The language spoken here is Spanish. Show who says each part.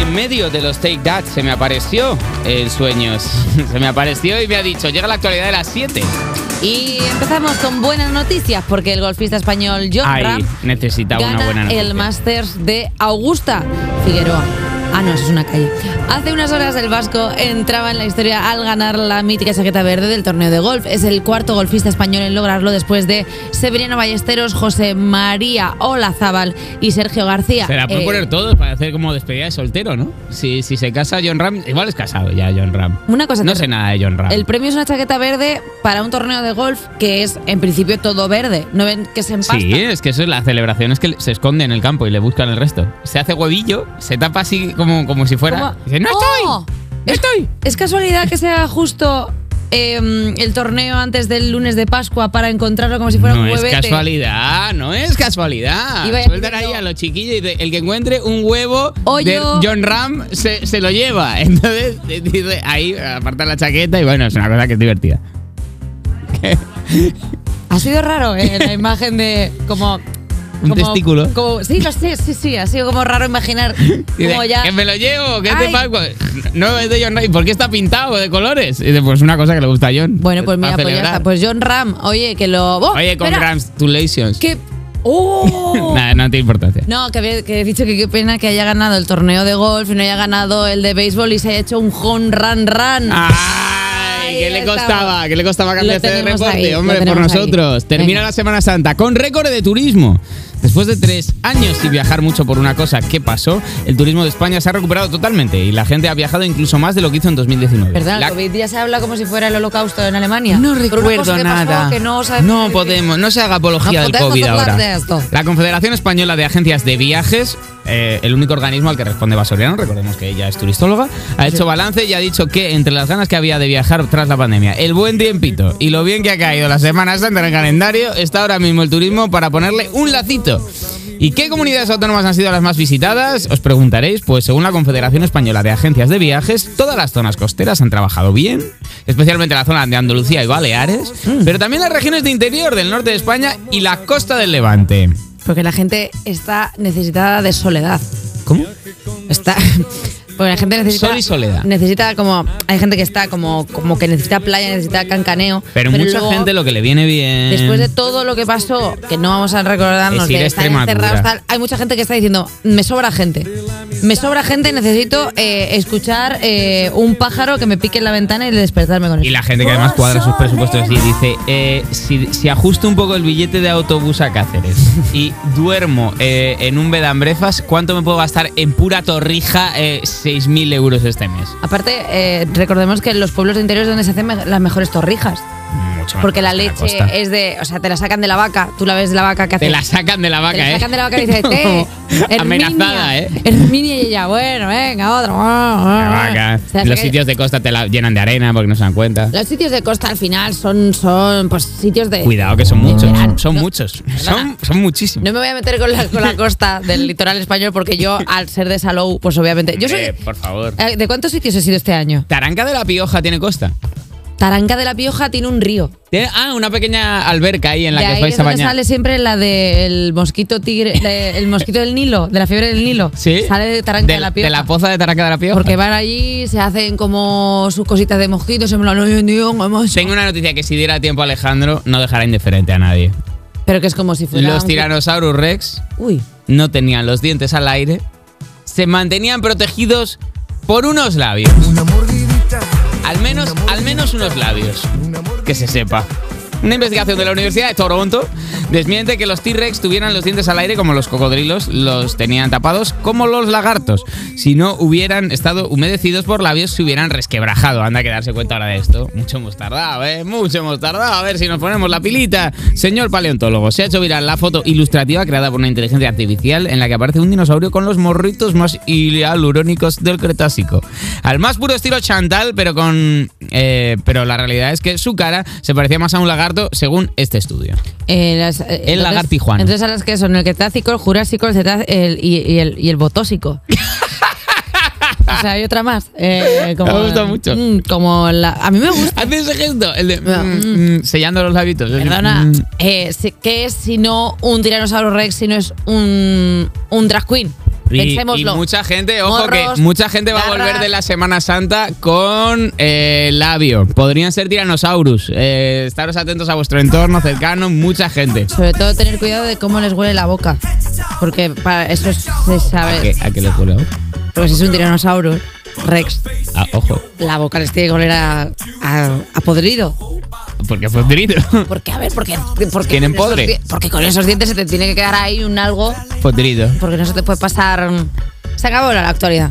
Speaker 1: en medio de los Take That se me apareció el Sueños. Se me apareció y me ha dicho, llega la actualidad de las 7.
Speaker 2: Y empezamos con buenas noticias porque el golfista español John
Speaker 1: Ahí
Speaker 2: Ram
Speaker 1: necesitaba
Speaker 2: gana
Speaker 1: una buena noticia.
Speaker 2: el Masters de Augusta Figueroa. Ah, no, eso es una calle. Hace unas horas el vasco entraba en la historia al ganar la mítica chaqueta verde del torneo de golf. Es el cuarto golfista español en lograrlo después de Severiano Ballesteros, José María Olazábal y Sergio García.
Speaker 1: Se la puede
Speaker 2: Eh,
Speaker 1: poner todos para hacer como despedida de soltero, ¿no? Si, si se casa John Ram, igual es casado ya John Ram.
Speaker 2: Una cosa
Speaker 1: No
Speaker 2: te-
Speaker 1: sé nada de John Ram.
Speaker 2: El premio es una chaqueta verde para un torneo de golf que es en principio todo verde. No ven que se empasta.
Speaker 1: Sí, es que eso es la celebración, es que se esconde en el campo y le buscan el resto. Se hace huevillo, se tapa así como, como si fuera.
Speaker 2: Como-
Speaker 1: Dice, ¡No
Speaker 2: ¡Oh!
Speaker 1: estoy! ¡No estoy!
Speaker 2: ¿Es casualidad que sea justo eh, el torneo antes del lunes de Pascua para encontrarlo como si fuera
Speaker 1: No
Speaker 2: un
Speaker 1: es
Speaker 2: huevete?
Speaker 1: casualidad, no es casualidad.
Speaker 2: Iba a
Speaker 1: Sueltan
Speaker 2: decir
Speaker 1: ahí
Speaker 2: yo.
Speaker 1: a los chiquillos y dice, el que encuentre un huevo de
Speaker 2: Hoyo.
Speaker 1: John Ram se, se lo lleva. Entonces, eh, dice, ahí aparta la chaqueta y bueno, es una cosa que es divertida.
Speaker 2: Ha sido raro eh, la imagen de como...
Speaker 1: Un
Speaker 2: como-
Speaker 1: testículo.
Speaker 2: como- sí, lo sé, sí, sí. Ha sido como raro imaginar
Speaker 1: Y dice,
Speaker 2: como ya...
Speaker 1: Que me lo llevo, que es de
Speaker 2: Ay.
Speaker 1: Pascua. No, es de John Ram. ¿Y por qué está pintado de colores? Y dice, pues una cosa que le gusta a John.
Speaker 2: Bueno, pues
Speaker 1: Pa'
Speaker 2: mira, pues ya
Speaker 1: celebrar.
Speaker 2: está. Pues John Ram, oye, que lo... ¡Oh!
Speaker 1: Oye, con
Speaker 2: Espera,
Speaker 1: congratulations.
Speaker 2: Que... ¡Oh!
Speaker 1: Nada, no tiene importancia.
Speaker 2: No, que, había- que he dicho que qué pena que haya ganado el torneo de golf y no haya ganado el de béisbol y se haya hecho un home run run.
Speaker 1: Ah, Ay, ¿qué
Speaker 2: Ahí
Speaker 1: le
Speaker 2: estamos.
Speaker 1: costaba? ¿Qué le costaba cambiarse
Speaker 2: Lo
Speaker 1: de
Speaker 2: tenemos
Speaker 1: reporte?
Speaker 2: ahí, lo
Speaker 1: Hombre, por
Speaker 2: tenemos ahí.
Speaker 1: nosotros. Termina
Speaker 2: Venga.
Speaker 1: la Semana Santa con récord de turismo. Después de tres años y viajar mucho por una cosa que pasó, el turismo de España se ha recuperado totalmente y la gente ha viajado incluso más de lo que hizo en 2019.
Speaker 2: ¿Verdad? El
Speaker 1: La-
Speaker 2: COVID ya se habla como si fuera el holocausto en Alemania.
Speaker 1: No
Speaker 2: Por una cosa
Speaker 1: recuerdo
Speaker 2: que pasó
Speaker 1: nada.
Speaker 2: que no, sabemos
Speaker 1: No
Speaker 2: vivir.
Speaker 1: podemos, no se haga apología
Speaker 2: No
Speaker 1: del
Speaker 2: podemos
Speaker 1: COVID
Speaker 2: hablar
Speaker 1: ahora.
Speaker 2: de esto.
Speaker 1: La Confederación Española de Agencias de Viajes, eh, el único organismo al que responde Basoriano, recordemos que ella es turistóloga, ha hecho balance y ha dicho que entre las ganas que había de viajar tras la pandemia, el buen tiempito y lo bien que ha caído la Semana Santa en el calendario, está ahora mismo el turismo para ponerle un lacito. ¿Y qué comunidades autónomas han sido las más visitadas? Os preguntaréis, pues según la Confederación Española de Agencias de Viajes, todas las zonas costeras han trabajado bien, especialmente la zona de Andalucía y Baleares, pero también las regiones de interior del norte de España y la costa del Levante.
Speaker 2: Porque la gente está necesitada de soledad.
Speaker 1: ¿Cómo?
Speaker 2: Está. Porque la gente necesita.
Speaker 1: Sol y soledad.
Speaker 2: Necesita como. Hay gente que está como, como que necesita playa, necesita cancaneo.
Speaker 1: Pero, mucha
Speaker 2: luego,
Speaker 1: gente lo que le viene bien.
Speaker 2: Después de todo lo que pasó, que no vamos a recordarnos
Speaker 1: Es ir
Speaker 2: de
Speaker 1: a
Speaker 2: estar
Speaker 1: Extremadura.
Speaker 2: encerrados, tal, hay mucha gente que está diciendo, me sobra gente. Me sobra gente, necesito eh, escuchar eh, un pájaro que me pique en la ventana y despertarme con él.
Speaker 1: Y la gente que además cuadra sus presupuestos y dice, eh, si, si ajusto un poco el billete de autobús a Cáceres y duermo eh, en un bed and breakfast, ¿cuánto me puedo gastar en pura torrija eh, 6.000 euros este mes?
Speaker 2: Aparte, eh, recordemos que en los pueblos de interior es donde se hacen me- las mejores torrijas.
Speaker 1: Mucho más
Speaker 2: Porque la
Speaker 1: que
Speaker 2: leche
Speaker 1: costa.
Speaker 2: es de. O sea, te la sacan de la vaca. Tú la ves de la vaca que hace.
Speaker 1: Te la sacan de la vaca,
Speaker 2: te la
Speaker 1: ¿eh?
Speaker 2: sacan de la vaca y dices, ¡eh! Herminia,
Speaker 1: Amenazada, ¿eh?
Speaker 2: Herminia y ella, bueno, venga, otro.
Speaker 1: La vaca.
Speaker 2: Ah, Se la
Speaker 1: Los
Speaker 2: saca-
Speaker 1: sitios de costa te la llenan de arena porque no se dan cuenta.
Speaker 2: Los sitios de costa al final son, son pues, sitios de.
Speaker 1: Cuidado que son
Speaker 2: de
Speaker 1: muchos,
Speaker 2: verano.
Speaker 1: son
Speaker 2: No,
Speaker 1: muchos, son, son muchísimos.
Speaker 2: No me voy a meter con la, con la costa del litoral español porque yo, al ser de Salou, pues obviamente. Yo soy,
Speaker 1: Eh, por favor.
Speaker 2: Eh, ¿De cuántos sitios he sido este año?
Speaker 1: Taranca de la Pioja tiene costa.
Speaker 2: Taranca de la Pioja tiene un río.
Speaker 1: Tiene- ah, una pequeña alberca ahí en la
Speaker 2: de
Speaker 1: que os
Speaker 2: ahí
Speaker 1: vais
Speaker 2: es
Speaker 1: a
Speaker 2: donde
Speaker 1: bañar.
Speaker 2: sale siempre la del mosquito tigre, de- el mosquito del Nilo, de la fiebre del Nilo.
Speaker 1: ¿Sí?
Speaker 2: Sale de Taranca de, la Pioja.
Speaker 1: poza de Taranca de la Pioja.
Speaker 2: porque van allí, se hacen como sus cositas de mosquitos, se me
Speaker 1: Tengo una noticia que si diera tiempo a Alejandro no dejará indiferente a nadie.
Speaker 2: Pero que es como si fuera.
Speaker 1: Los
Speaker 2: un-
Speaker 1: tiranosaurus rex
Speaker 2: Uy.
Speaker 1: no tenían los dientes al aire, se mantenían protegidos por unos labios. Al menos, al menos unos labios. Que se sepa. Una investigación de la Universidad de Toronto desmiente que los T-Rex tuvieran los dientes al aire como los cocodrilos los tenían tapados, como los lagartos. Si no hubieran estado humedecidos por labios, se hubieran resquebrajado. Anda a quedarse cuenta ahora de esto. Mucho hemos tardado, ¿eh? Mucho hemos tardado. A ver si nos ponemos la pilita. Señor paleontólogo, se ha hecho viral la foto ilustrativa creada por una inteligencia artificial en la que aparece un dinosaurio con los morritos más hialurónicos del Cretácico. Al más puro estilo Chantal, pero con. eh, pero la realidad es que su cara se parecía más a un lagarto según este estudio.
Speaker 2: Eh, las- eh, entonces-
Speaker 1: lagartijuano.
Speaker 2: Entonces, a las que son el Cretácico, el Jurásico, el Cetá- el- y, y el, y el Botósico. o sea, hay otra más. eh, como,
Speaker 1: Me gusta mucho.
Speaker 2: Mm, como la, a mí me gusta.
Speaker 1: Hace ese gesto, el de.
Speaker 2: Ah,
Speaker 1: mm, mm, sellando los labitos.
Speaker 2: Perdona,
Speaker 1: Mm.
Speaker 2: eh, si- ¿qué es si no un tiranosaurio rex, si no es un, un drag queen?
Speaker 1: Y, y
Speaker 2: Pensémoslo.
Speaker 1: mucha gente, ojo
Speaker 2: Morros,
Speaker 1: que mucha gente va a
Speaker 2: garras.
Speaker 1: volver de la Semana Santa con eh, labio. Podrían ser tiranosaurus. Eh, estaros atentos a vuestro entorno cercano, mucha gente.
Speaker 2: Sobre todo tener cuidado de cómo les huele la boca. Porque para eso se
Speaker 1: ¿A
Speaker 2: sabe.
Speaker 1: qué, a qué le cuelo?
Speaker 2: Pues es un tiranosaurio. Rex.
Speaker 1: Ah, ojo,
Speaker 2: La boca les tiene que oler a, a, a podrido.
Speaker 1: porque fue podrido.
Speaker 2: Porque, a ver, porque. porque
Speaker 1: Tienen
Speaker 2: con esos
Speaker 1: podre.
Speaker 2: di- Porque con esos dientes se te tiene que quedar ahí un algo.
Speaker 1: podrido.
Speaker 2: Porque no se te puede pasar. mm. Se acabó la actualidad.